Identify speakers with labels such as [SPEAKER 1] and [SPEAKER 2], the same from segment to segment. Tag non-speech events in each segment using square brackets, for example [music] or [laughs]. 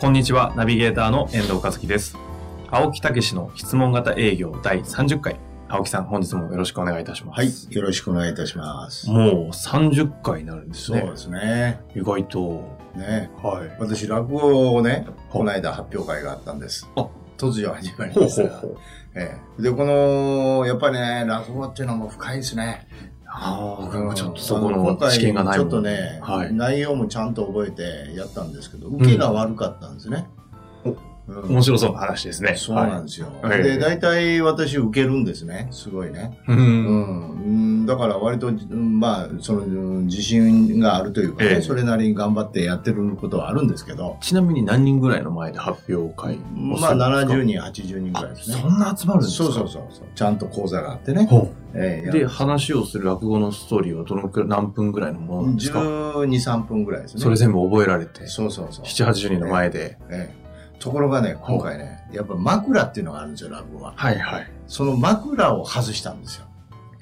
[SPEAKER 1] こんにちは、ナビゲーターの遠藤和樹です。青木武の質問型営業第30回。青木さん、本日もよろしくお願いいたします。
[SPEAKER 2] はい。よろしくお願いいたします。
[SPEAKER 1] もう30回になるんです
[SPEAKER 2] そう
[SPEAKER 1] ね。
[SPEAKER 2] ですね。
[SPEAKER 1] 意外と。
[SPEAKER 2] ね。
[SPEAKER 1] はい。
[SPEAKER 2] 私、落語をね、この間発表会があったんです
[SPEAKER 1] あ。
[SPEAKER 2] 突如始まり
[SPEAKER 1] ほう
[SPEAKER 2] まし
[SPEAKER 1] ほう
[SPEAKER 2] た
[SPEAKER 1] ほ。う。
[SPEAKER 2] ええで、この、やっぱりね、落語っていうのも深いですね。
[SPEAKER 1] ああ、僕
[SPEAKER 2] 僕
[SPEAKER 1] も
[SPEAKER 2] も
[SPEAKER 1] ちょっとそこの知見がない
[SPEAKER 2] ち
[SPEAKER 1] も
[SPEAKER 2] ょ
[SPEAKER 1] ん
[SPEAKER 2] っとね、
[SPEAKER 1] はい。
[SPEAKER 2] 内容もちゃんと覚えてやったんですけど、受けが悪かったんですね。
[SPEAKER 1] お
[SPEAKER 2] うん
[SPEAKER 1] 面白そうな話ですね。
[SPEAKER 2] そうなんですよ。
[SPEAKER 1] はい
[SPEAKER 2] で、大体私受けるんですね。すごいね。
[SPEAKER 1] はい。うん。
[SPEAKER 2] うんうん、だから割と、うんまあ、その、うん自信があるというかね、
[SPEAKER 1] ええ
[SPEAKER 2] それなりに頑張ってやってることはあるんですけど、
[SPEAKER 1] ちなみに何人ぐらいの前で発表会をするんです
[SPEAKER 2] ま
[SPEAKER 1] か
[SPEAKER 2] あ、70人、80人ぐらいですね。
[SPEAKER 1] そんな集まるんですか
[SPEAKER 2] そうそうそうそう。ちゃんと講座があってね。
[SPEAKER 1] ほう
[SPEAKER 2] ええ
[SPEAKER 1] で、話をする落語のストーリーはどのくらい、何分ぐらいのものなんですか
[SPEAKER 2] 12、3分ぐらいですね。
[SPEAKER 1] それ全部覚えられて、
[SPEAKER 2] そうそうそう。
[SPEAKER 1] 7、80人の前で。
[SPEAKER 2] ええところがね、今回ね、やっぱ枕っていうのがあるんですよ、落語は。
[SPEAKER 1] はいはい。
[SPEAKER 2] その枕を外したんですよ。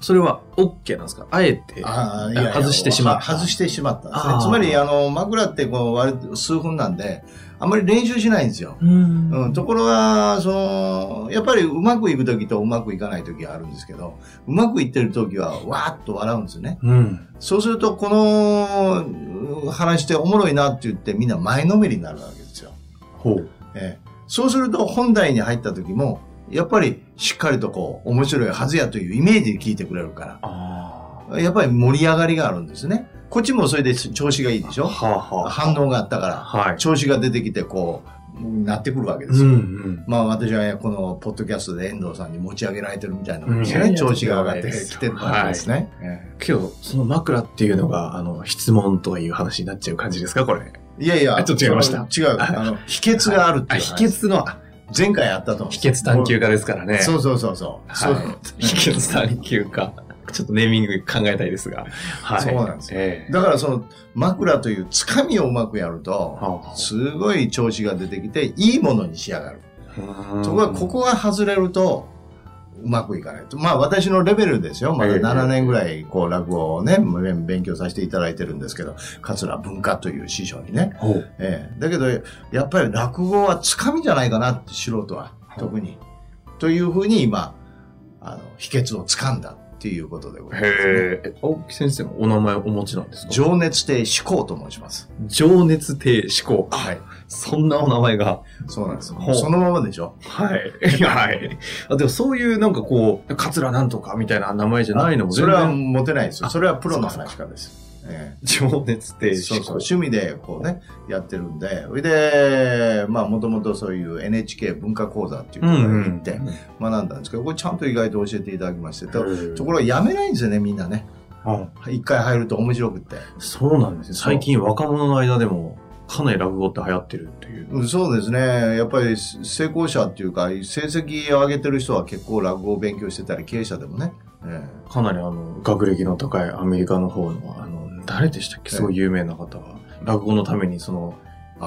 [SPEAKER 1] それは OK なんですかあえて。
[SPEAKER 2] ああ、い
[SPEAKER 1] あ
[SPEAKER 2] やいや
[SPEAKER 1] 外してしまった
[SPEAKER 2] は外してしまったんです
[SPEAKER 1] あ
[SPEAKER 2] ね
[SPEAKER 1] あ。
[SPEAKER 2] つまり、あの、枕ってこう、割と数分なんで、あんまり練習しないんですよ。
[SPEAKER 1] うん
[SPEAKER 2] うん、ところが、その、やっぱりうまくいくときとうまくいかないときがあるんですけど、うまくいってるときは、わーっと笑うんですよね。
[SPEAKER 1] うん。
[SPEAKER 2] そうすると、このうん話っておもろいなって言って、みんな前のめりになるわけですよ。
[SPEAKER 1] ほう。
[SPEAKER 2] ええそうすると、本題に入ったときも、やっぱりしっかりとこう、面白いはずやというイメージで聞いてくれるから。
[SPEAKER 1] あ
[SPEAKER 2] やっぱり盛り上がりがあるんですね。こっちもそれで調子がいいでし
[SPEAKER 1] あ。
[SPEAKER 2] ょ
[SPEAKER 1] はあは
[SPEAKER 2] 反応があったか
[SPEAKER 1] は
[SPEAKER 2] ら、
[SPEAKER 1] い。
[SPEAKER 2] 調子が出てきてこう、なってくるわけで
[SPEAKER 1] う
[SPEAKER 2] すよ。
[SPEAKER 1] んうん。
[SPEAKER 2] まあ私はこのポッドキャストで遠藤さんに持ち上げられてるみたいなもんです
[SPEAKER 1] うんいやい
[SPEAKER 2] ね。
[SPEAKER 1] や
[SPEAKER 2] 調子が上がってきてる感じですね。え
[SPEAKER 1] 今日、その枕っていうのが、あの、質問という話になっちゃう感じですかこれ。
[SPEAKER 2] えいやいや、
[SPEAKER 1] あちょっと違いました
[SPEAKER 2] その違う。あの、秘訣があるって
[SPEAKER 1] あ、
[SPEAKER 2] いう
[SPEAKER 1] 秘
[SPEAKER 2] 話。
[SPEAKER 1] 訣の、あ
[SPEAKER 2] 前回あったと思う。
[SPEAKER 1] 秘訣探求家ですからね。。
[SPEAKER 2] そううそうそうそう。
[SPEAKER 1] は
[SPEAKER 2] そう
[SPEAKER 1] い。秘訣探求家。ちょっとネーミング考えたいですが。はい。
[SPEAKER 2] そうなんです
[SPEAKER 1] ええ
[SPEAKER 2] だからその枕というつかみをうまくやると、
[SPEAKER 1] は
[SPEAKER 2] すごい調子が出てきて、いいものに仕上がる。
[SPEAKER 1] あ
[SPEAKER 2] ところがここが外れるとうまくいかないとまあ私のレベルですよまだ
[SPEAKER 1] ええ
[SPEAKER 2] 7年ぐらいこう落語をね勉勉強させていただいてるんですけど桂文化という師匠にね、
[SPEAKER 1] ほう。
[SPEAKER 2] ええ、だけどやっぱり落語はつかみじゃないかなって素人は特にというふうに今あの秘訣をつかんだっていうことでございます、
[SPEAKER 1] へえ。青木先生もお名前お持ちなんですか
[SPEAKER 2] 情熱亭志向と申します
[SPEAKER 1] 情熱亭志向。
[SPEAKER 2] はい
[SPEAKER 1] そんなお名前が。
[SPEAKER 2] そうなんです
[SPEAKER 1] ほう
[SPEAKER 2] そのままでしょ
[SPEAKER 1] はい。 [laughs] はい。あでもそういうなんかこう、桂なんとかみたいな名前じゃないのも
[SPEAKER 2] そ
[SPEAKER 1] 全
[SPEAKER 2] れは
[SPEAKER 1] 然
[SPEAKER 2] モテないですよ
[SPEAKER 1] あ
[SPEAKER 2] それはプロの話家です、ええ
[SPEAKER 1] 情熱亭
[SPEAKER 2] そう
[SPEAKER 1] 志
[SPEAKER 2] そう
[SPEAKER 1] 向。
[SPEAKER 2] 趣味でこうねやってるんでそれでまあもともとそういう NHK 文化講座っていう
[SPEAKER 1] う
[SPEAKER 2] ところ
[SPEAKER 1] んう
[SPEAKER 2] に行
[SPEAKER 1] ん
[SPEAKER 2] っ。て学んだんですけど、これちゃんと意外と教えていただきましてととこ
[SPEAKER 1] ろ
[SPEAKER 2] ろがやめないんですよねみんなね一回入ると面白くって、
[SPEAKER 1] そうなんですね。最近若者の間でも、かなり落語って流行ってるっていう。
[SPEAKER 2] うんそうですねやっぱり成功者っていうか成績を上げてる人は結構落語を勉強してたり経営者でもね、え
[SPEAKER 1] かなりあの、学歴の高いアメリカの方の、あの、誰でしたっけすごい有名な方が。落語のためにその、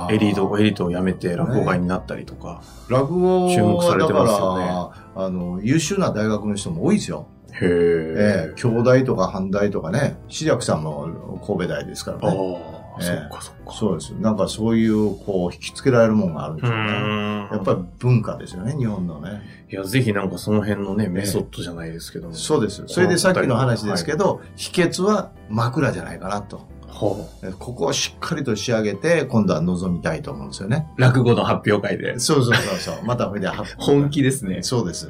[SPEAKER 2] え
[SPEAKER 1] エリート、エリートを辞めて落語家になったりとか。
[SPEAKER 2] 落語
[SPEAKER 1] 注目さ
[SPEAKER 2] は
[SPEAKER 1] れ
[SPEAKER 2] だ
[SPEAKER 1] て
[SPEAKER 2] か
[SPEAKER 1] ますよね
[SPEAKER 2] らあの優秀な大学の人も多いですよ
[SPEAKER 1] へえ
[SPEAKER 2] ええ、。京大とか阪大とかね、志略さんも神戸大ですから
[SPEAKER 1] ああ
[SPEAKER 2] ね。、え
[SPEAKER 1] そ
[SPEAKER 2] え
[SPEAKER 1] っかそっか。
[SPEAKER 2] そうです。なんかそういう、こう、引きつけられるもんがあるんで
[SPEAKER 1] う
[SPEAKER 2] しょうね。
[SPEAKER 1] ん。
[SPEAKER 2] やっぱり文化ですよね、日本のね。
[SPEAKER 1] いや、ぜひなんかその辺のね、メソッドじゃないですけども。
[SPEAKER 2] そうです。それでさっきの話ですけど、秘訣は枕じゃないかなと。
[SPEAKER 1] ほ
[SPEAKER 2] えここをしっかりと仕上げて、今度は臨みたいと思うんですよね。
[SPEAKER 1] う落語の発表会で。
[SPEAKER 2] そうそうそうそう。 [laughs] またこれで発表
[SPEAKER 1] [laughs] 本気ですね。
[SPEAKER 2] そうです。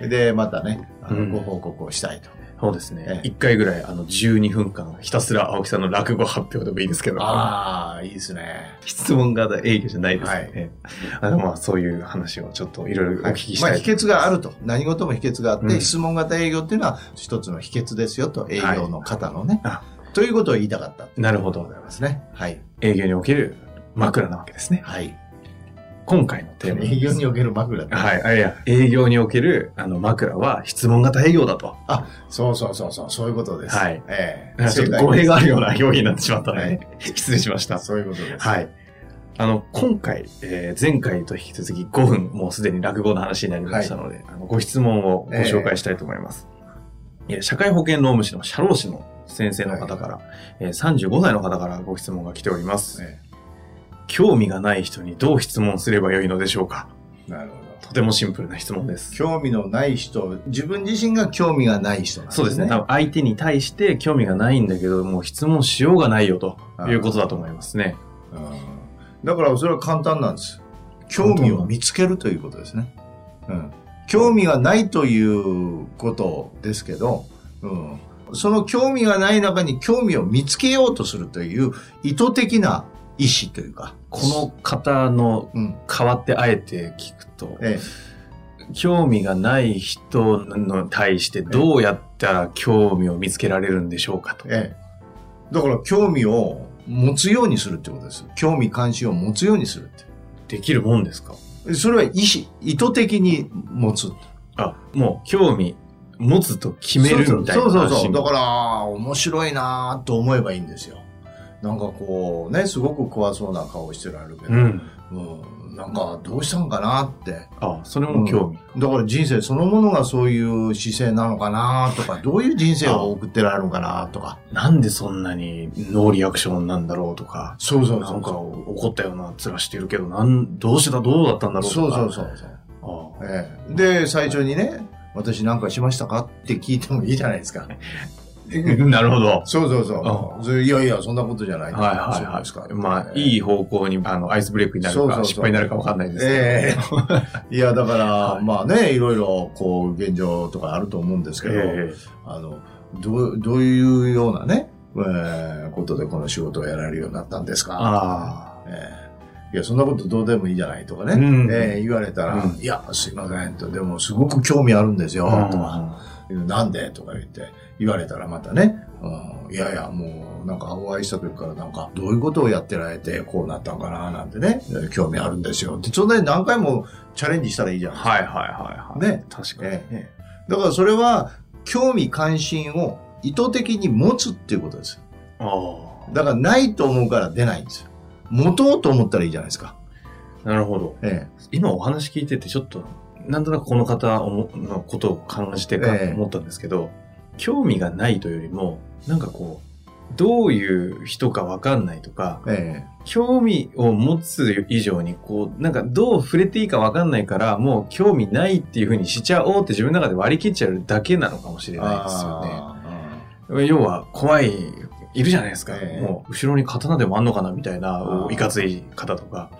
[SPEAKER 2] で、またね、あ
[SPEAKER 1] うん
[SPEAKER 2] のご報告をしたいと。
[SPEAKER 1] そうですね
[SPEAKER 2] え。え
[SPEAKER 1] 一回ぐらい、あの、12分間、ひたすら青木さんの落語発表でもいいですけど。
[SPEAKER 2] ああ、いいですね。
[SPEAKER 1] 質問型営業じゃないですよね。あの、まあ、そういう話をちょっといろいろお聞きし
[SPEAKER 2] ま
[SPEAKER 1] た
[SPEAKER 2] あ、
[SPEAKER 1] い。
[SPEAKER 2] 秘訣があると何事も秘訣があって、
[SPEAKER 1] うん
[SPEAKER 2] 質問型営業っていうのは一つの秘訣ですよと営業の方のね、
[SPEAKER 1] あ
[SPEAKER 2] ということを言いたかったという
[SPEAKER 1] なるほ
[SPEAKER 2] こと
[SPEAKER 1] ど
[SPEAKER 2] でござ。いますね。はい。
[SPEAKER 1] 営業における枕なわけですね。
[SPEAKER 2] はい。
[SPEAKER 1] 今回のテーマです。
[SPEAKER 2] 営業における枕って。
[SPEAKER 1] はい。あいや、営業におけるあの枕は質問型営業だと。
[SPEAKER 2] そうそうそうそう、そういうことです。
[SPEAKER 1] はい。
[SPEAKER 2] ええ
[SPEAKER 1] ちょっと語弊があるような表現になってしまったの
[SPEAKER 2] は
[SPEAKER 1] で、
[SPEAKER 2] い。
[SPEAKER 1] 失礼しました。
[SPEAKER 2] そういうことです。
[SPEAKER 1] はい。あの、今回、えー前回と引き続き5分、もうすでに落語の話になりましたので、あのご質問をご紹介したいと思います。えー社会保険労務士の社労士の先生の方から、えー35歳の方からご質問が来ております。
[SPEAKER 2] え
[SPEAKER 1] 興味がない人にどう質問すればよいのでしょうか
[SPEAKER 2] えなるほど。
[SPEAKER 1] とてもシンプルな質問です。
[SPEAKER 2] 興味のない人、自分自身が興味がない人なんです
[SPEAKER 1] そう
[SPEAKER 2] ね。
[SPEAKER 1] ですね。多分相手に対して興味がないんだけど、もう質問しようがないよと
[SPEAKER 2] はい
[SPEAKER 1] いうことだと思いますね。
[SPEAKER 2] うんだからそれは簡単なんです。興味を見つけるということですね。うん、興味がないということですけど、うん、その興味がない中に興味を見つけようとするという意図的な意思というか、
[SPEAKER 1] この方の
[SPEAKER 2] うん
[SPEAKER 1] 代わってあえて聞くと、
[SPEAKER 2] ええ
[SPEAKER 1] 興味がない人の対してどうやったら興味を見つけられるんでしょうかと。
[SPEAKER 2] ええ、だから興味を持つようにするってことです。興味関心を持つようにするっ
[SPEAKER 1] できるもんですか
[SPEAKER 2] て。それは意思、意図的に持つ。
[SPEAKER 1] あ、もう興味持つと決めるみたいな
[SPEAKER 2] そうそうそう
[SPEAKER 1] 話
[SPEAKER 2] そう
[SPEAKER 1] に
[SPEAKER 2] だから面白いなと思えばいいんですよなんかこうねすごく怖そうな顔してられるけど、う
[SPEAKER 1] うんん。
[SPEAKER 2] なんかどうしたんかなって
[SPEAKER 1] あ、それも興味。
[SPEAKER 2] だから人生そのものがそういう姿勢なのかなとかどういう人生を送ってられるのかなとか
[SPEAKER 1] なんでそんなにノーリアクションなんだろうとか、
[SPEAKER 2] そうそう
[SPEAKER 1] な
[SPEAKER 2] そ
[SPEAKER 1] ん
[SPEAKER 2] う
[SPEAKER 1] か
[SPEAKER 2] そ
[SPEAKER 1] 怒ったような面してるけど、なん、どうしてたどうだったんだ
[SPEAKER 2] う
[SPEAKER 1] ろう
[SPEAKER 2] そ
[SPEAKER 1] と
[SPEAKER 2] う
[SPEAKER 1] か。
[SPEAKER 2] そうそうそう、
[SPEAKER 1] ああ
[SPEAKER 2] ええ、で最初にね私なんかしましたかって聞いてもいいじゃないですか。
[SPEAKER 1] [laughs] なるほど。は
[SPEAKER 2] そうそうそう。それいやいや、そんなことじゃない。
[SPEAKER 1] いはい
[SPEAKER 2] そう
[SPEAKER 1] は
[SPEAKER 2] ですか
[SPEAKER 1] い。まあ、
[SPEAKER 2] ええ
[SPEAKER 1] いい方向に、あの、アイスブレイクになる
[SPEAKER 2] そうそう
[SPEAKER 1] か、
[SPEAKER 2] そう
[SPEAKER 1] 失敗になるかわかんないです
[SPEAKER 2] え
[SPEAKER 1] け
[SPEAKER 2] いや、だから、
[SPEAKER 1] はい
[SPEAKER 2] まあね、いろいろ、こう、現状とかあると思うんですけ
[SPEAKER 1] ど。
[SPEAKER 2] ど、
[SPEAKER 1] え
[SPEAKER 2] あの、どう、どういうようなね、えーことでこの仕事をやられるようになったんですか、
[SPEAKER 1] あ
[SPEAKER 2] えーいや、そんなことどうでもいいじゃないとかね、
[SPEAKER 1] うん
[SPEAKER 2] えー言われたら、
[SPEAKER 1] うん
[SPEAKER 2] いや、すいませんと、でもすごく興味あるんですよ、とか、
[SPEAKER 1] あ。
[SPEAKER 2] なんでとか言って、言われたらまたね、うん、いやいや、もう、なんかお会いした時からなんか、どういうことをやってられて、こうなったんかな、なんてね、えー興味あるんですよって、そんなに何回もチャレンジしたらいいじゃないですか
[SPEAKER 1] はいはいはいはい。
[SPEAKER 2] ね。
[SPEAKER 1] 確かにね。
[SPEAKER 2] だからそれは興味関心を意図的に持つっていうことです。
[SPEAKER 1] ああ。
[SPEAKER 2] だからないと思うから出ないんですよ。持とうと思ったらいいじゃないですか。
[SPEAKER 1] なるほど。
[SPEAKER 2] え
[SPEAKER 1] 今お話聞いてて、ちょっと、なんとなくこの方をのことを感じてか
[SPEAKER 2] ええ
[SPEAKER 1] 思ったんですけど、興味がないというよりも、なんかこう、どういう人かわかんないとか、
[SPEAKER 2] ええ
[SPEAKER 1] 興味を持つ以上に、こう、なんかどう触れていいかわかんないから、もう興味ないっていうふうにしちゃおうって自分の中で割り切っちゃうだけなのかもし
[SPEAKER 2] え
[SPEAKER 1] れないですよ
[SPEAKER 2] あ
[SPEAKER 1] ね。要は、怖い、いるじゃないですか。
[SPEAKER 2] ええ
[SPEAKER 1] もう、後ろに刀でもあんのかなみたいな
[SPEAKER 2] あ、ー
[SPEAKER 1] いかつい方とか、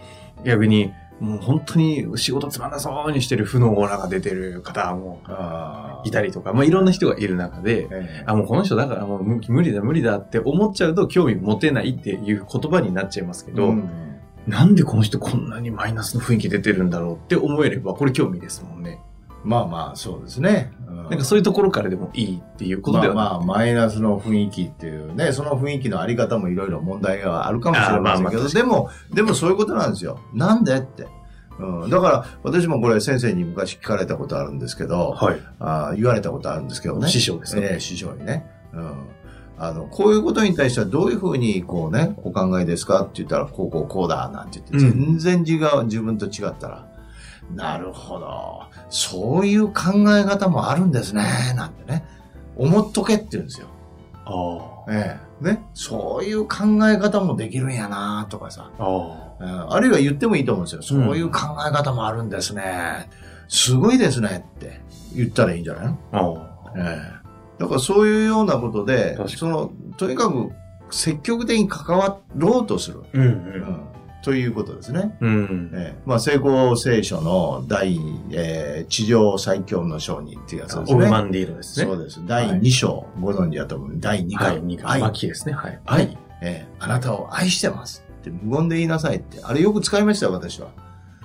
[SPEAKER 1] 逆に、もう本当に仕事つまんなそうにしてる負のオーラが出てる方も
[SPEAKER 2] ーあー。
[SPEAKER 1] いたりとか、まあいろんな人がいる中で、
[SPEAKER 2] ええ
[SPEAKER 1] あ、もうこの人だからもう無無理だ無理だって思っちゃうと興味持てないっていう言葉になっちゃいますけど、
[SPEAKER 2] うん
[SPEAKER 1] なんでこの人こんなにマイナスの雰囲気出てるんだろうって思えれば、これ興味ですもんね。
[SPEAKER 2] まあまあ、そうですね。
[SPEAKER 1] なんかそう
[SPEAKER 2] い
[SPEAKER 1] いうところからでもいいっていうこと
[SPEAKER 2] ま
[SPEAKER 1] で
[SPEAKER 2] あ
[SPEAKER 1] は
[SPEAKER 2] まあ、マイナスの雰囲気っていうね、その雰囲気のあり方もいろいろ問題があるかもしれません
[SPEAKER 1] あ
[SPEAKER 2] け
[SPEAKER 1] ーまあま
[SPEAKER 2] ど、
[SPEAKER 1] あ
[SPEAKER 2] でも、でもそういうことなんですよ。なんでって。うん、だから、私もこれ先生に昔聞かれたことあるんですけど、
[SPEAKER 1] はい。
[SPEAKER 2] あー言われたことあるんですけどね。
[SPEAKER 1] 師匠ですね
[SPEAKER 2] ええ師匠にね。うん。あの、こういうことに対してはどういうふうに、こうね、お考えですかって言ったら、こうこうこうだ、なんて言って、
[SPEAKER 1] うん
[SPEAKER 2] 全然違う、自分と違ったら、なるほど、そういう考え方もあるんですね、なんてね、思っとけって言うんですよ。
[SPEAKER 1] ああ。
[SPEAKER 2] ええね、そういう考え方もできるんやな、とかさ、
[SPEAKER 1] ああ。
[SPEAKER 2] うんあるいは言ってもいいと思うんですよ。そういう考え方もあるんですね、すごいですねって言ったらいいんじゃないの
[SPEAKER 1] ああ。
[SPEAKER 2] ええだからそういうようなことで
[SPEAKER 1] 確か、に
[SPEAKER 2] その、とにかく積極的に関わろうとする。
[SPEAKER 1] うん
[SPEAKER 2] うんということですね。
[SPEAKER 1] うん。うん。
[SPEAKER 2] ええまあ、成功聖書の第、えー地上最強の商人っていうやつです
[SPEAKER 1] オ
[SPEAKER 2] ね。
[SPEAKER 1] ルマンディーロです
[SPEAKER 2] そ
[SPEAKER 1] ね。
[SPEAKER 2] うです。第2章、ご存知だと思う。第2
[SPEAKER 1] は
[SPEAKER 2] 回。
[SPEAKER 1] い。二
[SPEAKER 2] 愛
[SPEAKER 1] 回。秋ですね。はい。
[SPEAKER 2] 愛、ええあなたを愛してますって無言で言いなさいって。あれよく使いましたよ、私は。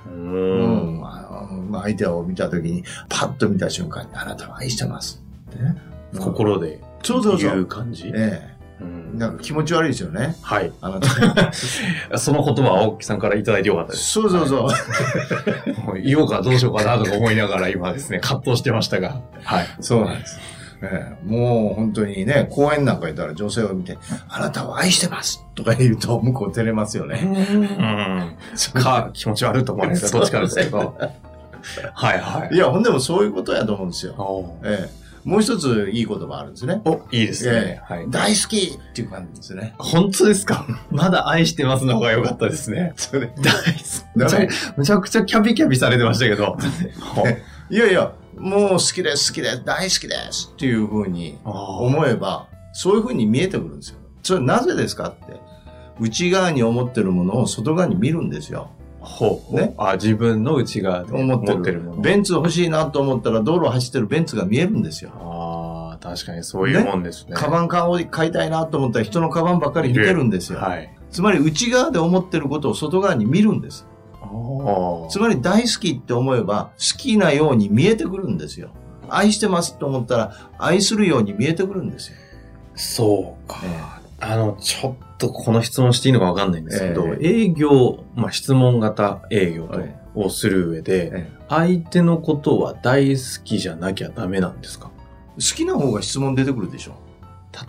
[SPEAKER 1] う
[SPEAKER 2] う
[SPEAKER 1] ーん。
[SPEAKER 2] ん。あのまあ、相手を見たときに、パッと見た瞬間に、あなたを愛してますってね。うん
[SPEAKER 1] 心で
[SPEAKER 2] そうそうそう
[SPEAKER 1] 言う感じ。
[SPEAKER 2] ええ
[SPEAKER 1] うん
[SPEAKER 2] なんか気持ち悪いですよね。
[SPEAKER 1] はい。
[SPEAKER 2] あ [laughs] なた。
[SPEAKER 1] その言葉は青木さんからいただいてよかったです。
[SPEAKER 2] そうそうそう。
[SPEAKER 1] もう言おうかどうしようかなとか思いながら今ですね、葛藤してましたが。はい。
[SPEAKER 2] そうなんです。ええもう本当にね、公園なんかいたら女性を見て、あなたを愛してますとか言うと向こう照れますよね。
[SPEAKER 1] うん。か、気持ち悪いと思われるか、どっちかですけど。はいはいい。
[SPEAKER 2] や、ほんでもそういうことやと思うんですよ。
[SPEAKER 1] おー
[SPEAKER 2] ええもう一ついい言葉あるんですね。
[SPEAKER 1] お、いいですね
[SPEAKER 2] え。
[SPEAKER 1] はい。
[SPEAKER 2] 大好きっていう感じですね。
[SPEAKER 1] 本当ですかまだ愛してますの方が良かったですね。
[SPEAKER 2] それ
[SPEAKER 1] 大
[SPEAKER 2] ダ
[SPEAKER 1] 好
[SPEAKER 2] メ
[SPEAKER 1] き。むちゃくちゃキャビキャビされてましたけど。
[SPEAKER 2] いやいや、もう好きです、好きです、大好きですっていうふうに
[SPEAKER 1] 思
[SPEAKER 2] 思えば、そういうふうに見えてくるんですよ。それなぜですかって。内側に思ってるものを外側に見るんですよ。
[SPEAKER 1] ほう。
[SPEAKER 2] ね
[SPEAKER 1] ね。あ、自分の内側で
[SPEAKER 2] 思ってる。
[SPEAKER 1] もの。
[SPEAKER 2] ベンツ欲しいなと思ったら道路走ってるベンツが見えるんですよ。
[SPEAKER 1] ああ、確かにそういうもんですね。
[SPEAKER 2] カバン買いたいなと思ったら人のカバンばっかり見てるんですよ。
[SPEAKER 1] はい。
[SPEAKER 2] つまり内側で思ってることを外側に見るんです。
[SPEAKER 1] お
[SPEAKER 2] つまり大好きって思えば好きなように見えてくるんですよ。愛してますと思ったら愛するように見えてくるんですよ。
[SPEAKER 1] そうか。あの、ちょっとこの質問していいのかわかんないんですけど、
[SPEAKER 2] え
[SPEAKER 1] 営業、まあ、質問型営業と
[SPEAKER 2] え
[SPEAKER 1] をする上で、
[SPEAKER 2] ええ
[SPEAKER 1] 相手のことは大好きじゃなきゃダメなんですか
[SPEAKER 2] 好きな方が質問出てくるでしょ。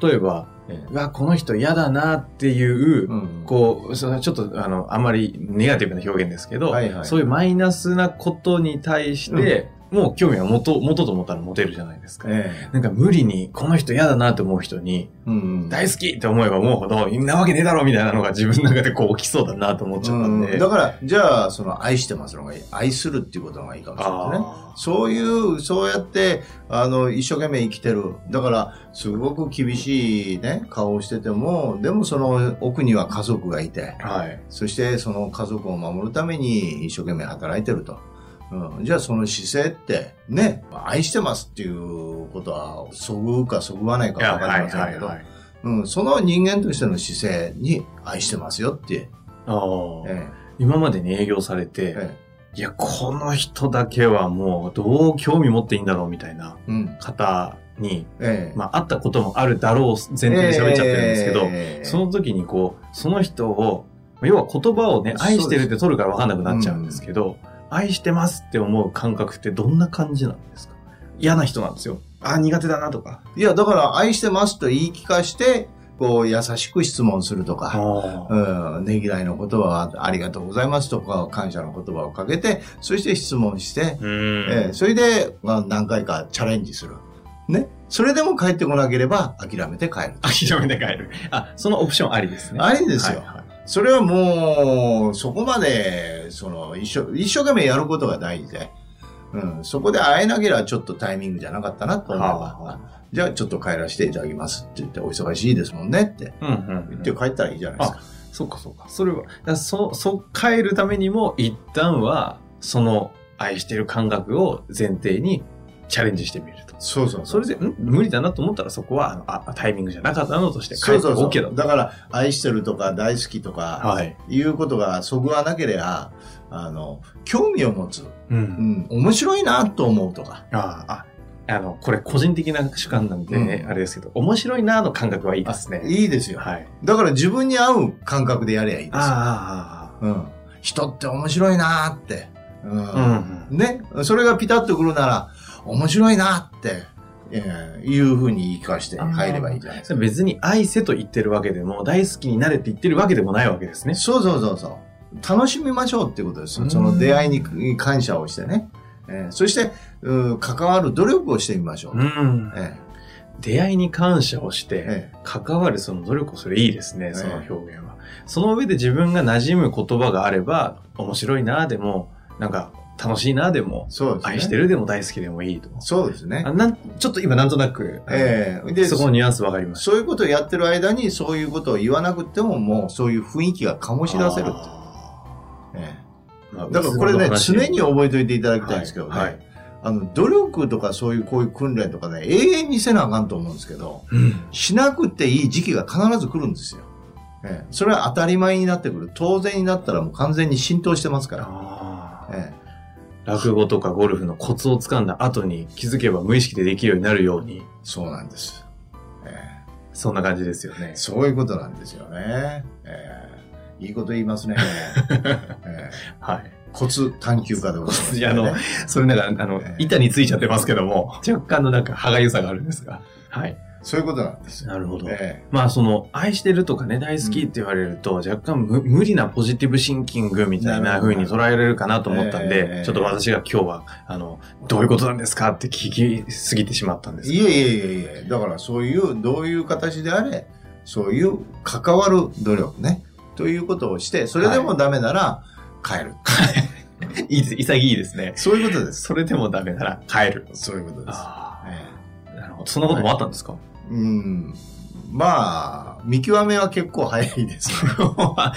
[SPEAKER 1] 例えば、
[SPEAKER 2] ええ
[SPEAKER 1] うわ、この人嫌だなっていう、
[SPEAKER 2] うん
[SPEAKER 1] こう、そのちょっと、あの、あまりネガティブな表現ですけど、
[SPEAKER 2] はいはい
[SPEAKER 1] そういうマイナスなことに対して、もう興味は持とう持とうと思ったら持てるじゃないですか。
[SPEAKER 2] ええ
[SPEAKER 1] なんか無理に、この人嫌だなって思う人に、
[SPEAKER 2] うんうん
[SPEAKER 1] 大好きって思えば思うほど、んなわけねえだろみたいなのが自分の中でこう起きそうだなと思っちゃったんで。
[SPEAKER 2] うんだから、じゃあ、その、愛してますの方がいい。愛するっていうことの方がいいかもしれないですね。
[SPEAKER 1] あ
[SPEAKER 2] そういう、そうやって、あの、一生懸命生きてる。だから、すごく厳しいね、顔をしてても、でもその奥には家族がいて、
[SPEAKER 1] ーはい。
[SPEAKER 2] そしてその家族を守るために一生懸命働いてると。うん、じゃあその姿勢って、ね、愛してますっていうことは、そぐうかそぐわないか
[SPEAKER 1] いや
[SPEAKER 2] わか
[SPEAKER 1] は
[SPEAKER 2] り
[SPEAKER 1] い
[SPEAKER 2] ません
[SPEAKER 1] は
[SPEAKER 2] け
[SPEAKER 1] い
[SPEAKER 2] ど
[SPEAKER 1] は、い。
[SPEAKER 2] うん、その人間としての姿勢に愛してますよって、
[SPEAKER 1] あー
[SPEAKER 2] え
[SPEAKER 1] 今までに営業されて、
[SPEAKER 2] ええ
[SPEAKER 1] いや、この人だけはもうどう興味持っていいんだろうみたいな
[SPEAKER 2] えうん、
[SPEAKER 1] 方に、
[SPEAKER 2] ええ
[SPEAKER 1] まあ、会ったこともあるだろう前提で喋っちゃってるんですけど、
[SPEAKER 2] ええ
[SPEAKER 1] その時にこう、その人を、要は言葉をね、愛してるって取るから分かんなくなっちゃうんですけど、愛してますって思う感覚ってどんな感じなんですか嫌な人なんですよ。あ、苦手だなとか。
[SPEAKER 2] いや、だから、愛してますと言い聞かして、こう、優しく質問するとか、うん、ねぎらいの言葉は、ありがとうございますとか、感謝の言葉をかけて、そして質問して、
[SPEAKER 1] うん
[SPEAKER 2] えーそれで、まあ、何回かチャレンジする。ね。それでも帰ってこなければ、諦めて帰る。
[SPEAKER 1] 諦めて帰る。あ、そのオプションありですね。
[SPEAKER 2] ありですよ。
[SPEAKER 1] はいはい
[SPEAKER 2] それはもう、そこまで、その、一生、一生懸命やることが大事で、うん、そこで会えなければちょっとタイミングじゃなかったなと思えば、
[SPEAKER 1] は
[SPEAKER 2] じゃあちょっと帰らせていただきますって言って、お忙しいですもんねって。
[SPEAKER 1] うんうんうん
[SPEAKER 2] 言って帰ったらいいじゃないですか。
[SPEAKER 1] そうかそうか。それは、だからそ、そ、帰るためにも、一旦は、その、愛してる感覚を前提にチャレンジしてみると。
[SPEAKER 2] そうそう
[SPEAKER 1] それで、ん無理だなと思ったら、そこは、あのあ、タイミングじゃなかったのとして、帰
[SPEAKER 2] そ
[SPEAKER 1] っ
[SPEAKER 2] う
[SPEAKER 1] て
[SPEAKER 2] そうそう
[SPEAKER 1] OK だと。
[SPEAKER 2] だから、愛してるとか大好きとか、
[SPEAKER 1] はい。
[SPEAKER 2] いうことがそぐわなければ、あの、興味を持つ。
[SPEAKER 1] う。
[SPEAKER 2] うんん、面白いなと思うとか。
[SPEAKER 1] ああ、ああの、これ個人的な主観なんで、ね
[SPEAKER 2] うん
[SPEAKER 1] あれですけど、面白いなの感覚はいいですね。
[SPEAKER 2] いいですよ。
[SPEAKER 1] はい。
[SPEAKER 2] だから自分に合う感覚でやりゃいいですよ。
[SPEAKER 1] あ
[SPEAKER 2] うん。人って面白いなって。う
[SPEAKER 1] あああ、うん
[SPEAKER 2] ん。ね。それがピタッとくるなら、面白いなって、えーいうふうに言い聞かして入ればいいじゃないですか。
[SPEAKER 1] うん。別に愛せと言ってるわけでも、大好きになれって言ってるわけでもないわけですね。
[SPEAKER 2] そうそうそうそう。楽しみましょうっていうことで
[SPEAKER 1] う
[SPEAKER 2] すよ。
[SPEAKER 1] ん
[SPEAKER 2] その出会いに感謝をしてね。えーそして、うん関わる努力をしてみましょう。
[SPEAKER 1] うん
[SPEAKER 2] えー
[SPEAKER 1] 出会いに感謝をして、
[SPEAKER 2] え
[SPEAKER 1] 関わるその努力をそれいいですね、
[SPEAKER 2] え
[SPEAKER 1] その表現は。その上で自分が馴染む言葉があれば、面白いなでも、なんか楽しいなでも
[SPEAKER 2] ー、そうですね。
[SPEAKER 1] 愛して
[SPEAKER 2] る。
[SPEAKER 1] るでも大好きでもいいと。
[SPEAKER 2] そうですね
[SPEAKER 1] あ。なんちょっと今なんとなく、
[SPEAKER 2] ええで
[SPEAKER 1] そこのニュアンスわかりました。
[SPEAKER 2] そういうことをやってる間に、そういうことを言わなくても、もうそういう雰囲気が醸し出せるって。え
[SPEAKER 1] まあ
[SPEAKER 2] ーだからこれね、
[SPEAKER 1] 別の
[SPEAKER 2] 常
[SPEAKER 1] 話
[SPEAKER 2] に覚えておいていただきたいんですけどね。
[SPEAKER 1] はいはい
[SPEAKER 2] あの、努力とかそういうこういう訓練とかね、永遠にせなあかんと思うんですけど、
[SPEAKER 1] うん
[SPEAKER 2] しなくていい時期が必ず来るんですよ。ええ、それは当たり前になってくる。当然になったらもう完全に浸透してますから。
[SPEAKER 1] あー
[SPEAKER 2] え
[SPEAKER 1] 落語とかゴルフのコツをつかんだ後に気づけば無意識でできるようになるように、
[SPEAKER 2] え、そうなんです。え
[SPEAKER 1] そんな感じですよね。
[SPEAKER 2] そういうことなんですよね。えーいいこと言いま
[SPEAKER 1] [laughs]
[SPEAKER 2] すね。え
[SPEAKER 1] はい。
[SPEAKER 2] ーコツ探求家でございます、ね。
[SPEAKER 1] いやあのそれなんか、あの
[SPEAKER 2] え、え
[SPEAKER 1] 板についちゃってますけども、若干のなんか歯がゆさがあるんですが。はい。
[SPEAKER 2] そういうことなんですよ。
[SPEAKER 1] なるほど
[SPEAKER 2] え
[SPEAKER 1] まあその、愛してるとかね、大好きって言われると、若干無無理なポジティブシンキングみたいな風に捉えられるかなと思ったん
[SPEAKER 2] え
[SPEAKER 1] で
[SPEAKER 2] え、
[SPEAKER 1] ちょっと私が今日は、あの、どういうことなんですかって聞きすぎてしまったんで
[SPEAKER 2] え
[SPEAKER 1] す
[SPEAKER 2] い
[SPEAKER 1] け
[SPEAKER 2] えいえいえいえ、だからそういう、どういう形であれ、そういう関わる努力ね、ということをして、それでもダメなら帰る。
[SPEAKER 1] ど、いいです潔いですね。
[SPEAKER 2] そういうことです。
[SPEAKER 1] それでもダメなら帰る。
[SPEAKER 2] そういうことです。
[SPEAKER 1] あ
[SPEAKER 2] え
[SPEAKER 1] あ、なるほど。そんなこともあったんですか、
[SPEAKER 2] えうん。まあ、見極めは結構早いです。
[SPEAKER 1] [laughs] あ、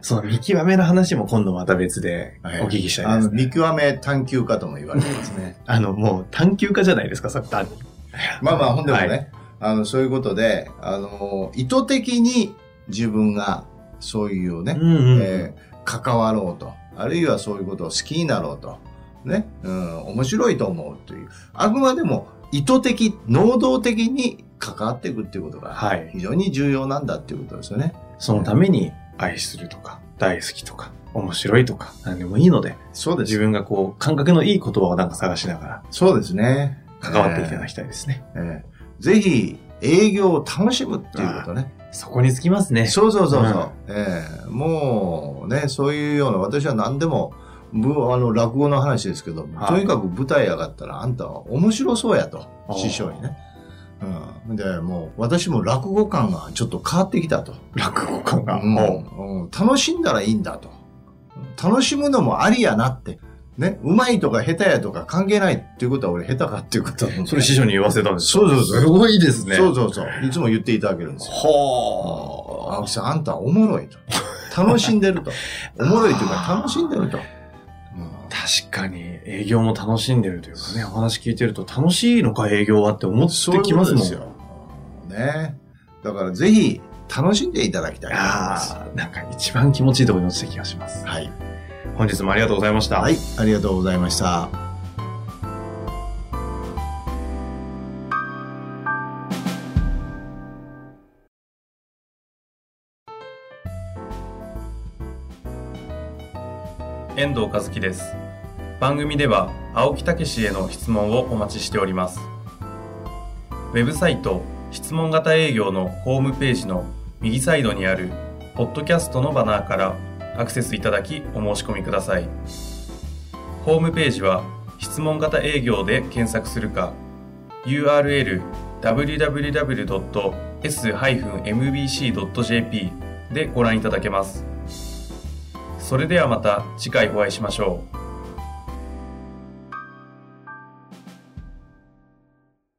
[SPEAKER 1] その見極めの話も今度また別でお聞き [laughs] した
[SPEAKER 2] あ
[SPEAKER 1] いで
[SPEAKER 2] の
[SPEAKER 1] す、ね
[SPEAKER 2] [laughs] 見極め探求家とも言われてますね。
[SPEAKER 1] あの、もう探求家じゃないですか、さっき。単に
[SPEAKER 2] まあまあ、ほんでもね、
[SPEAKER 1] [laughs] は
[SPEAKER 2] あの、そういうことで、あの、意図的に自分がそういうね、
[SPEAKER 1] うんうん
[SPEAKER 2] えー関わろうと、あるいはそういうことを好きになろうと、ね、うん、面白いと思うという、あくまでも意図的、能動的に関わっていくっていうことが
[SPEAKER 1] はい。
[SPEAKER 2] 非常に重要なんだっていうことですよね。
[SPEAKER 1] そのために愛するとか、大好きとか、面白いとか、何でもいいので、
[SPEAKER 2] そうで
[SPEAKER 1] 自
[SPEAKER 2] す。
[SPEAKER 1] 分がこう、感覚のいい言葉をなんか探しながら
[SPEAKER 2] そうですね。
[SPEAKER 1] 関わっていただきたいですね。
[SPEAKER 2] えーえーぜひ、営業を楽しむっていうことね。
[SPEAKER 1] そこにつきますね。
[SPEAKER 2] そうそうそうそう。ええもうね、そういうような、私は何でも、ぶあの落語の話ですけど、
[SPEAKER 1] はい
[SPEAKER 2] とにかく舞台上がったらあんたは面白そうやと
[SPEAKER 1] あー
[SPEAKER 2] 師匠にね、うん、でもう私も落語感がちょっと変わってきたと、
[SPEAKER 1] 落語感が。
[SPEAKER 2] うん
[SPEAKER 1] も
[SPEAKER 2] うん楽しんだらいいんだと楽しむのもありやなってねうまいとか下手やとか関係ないっていうことは俺下手かっていうこと
[SPEAKER 1] う、それ師匠に言わせたんです
[SPEAKER 2] そうそうそう
[SPEAKER 1] すごいですね。
[SPEAKER 2] そうそうそういつも言っていただけるんですよ
[SPEAKER 1] は
[SPEAKER 2] 青木さん、あんたおもろいと。楽しんでる [laughs] と。おもろいというか、楽しんでると。
[SPEAKER 1] 確かに営業も楽しんでるというかね、お話聞いてると楽しいのか営業はって思って
[SPEAKER 2] そういう
[SPEAKER 1] き
[SPEAKER 2] こ
[SPEAKER 1] ま
[SPEAKER 2] と
[SPEAKER 1] す
[SPEAKER 2] で
[SPEAKER 1] もん。
[SPEAKER 2] すよ。ね。だから、ぜひ、楽しんでいただきたいと思います。
[SPEAKER 1] ああ、なんか一番気持ちいいところに落ちた気がします。
[SPEAKER 2] はい。
[SPEAKER 1] 本日もありがとうございました。
[SPEAKER 2] はい、ありがとうございました。
[SPEAKER 1] 遠藤和樹です番組では青木武氏への質問をお待ちしておりますウェブサイト質問型営業のホームページの右サイドにあるポッドキャストのバナーからアクセスいただきお申し込みくださいホームページは質問型営業で検索するか URL www.s-mbc.jp でご覧いただけますそれではまた次回お会いしましょう。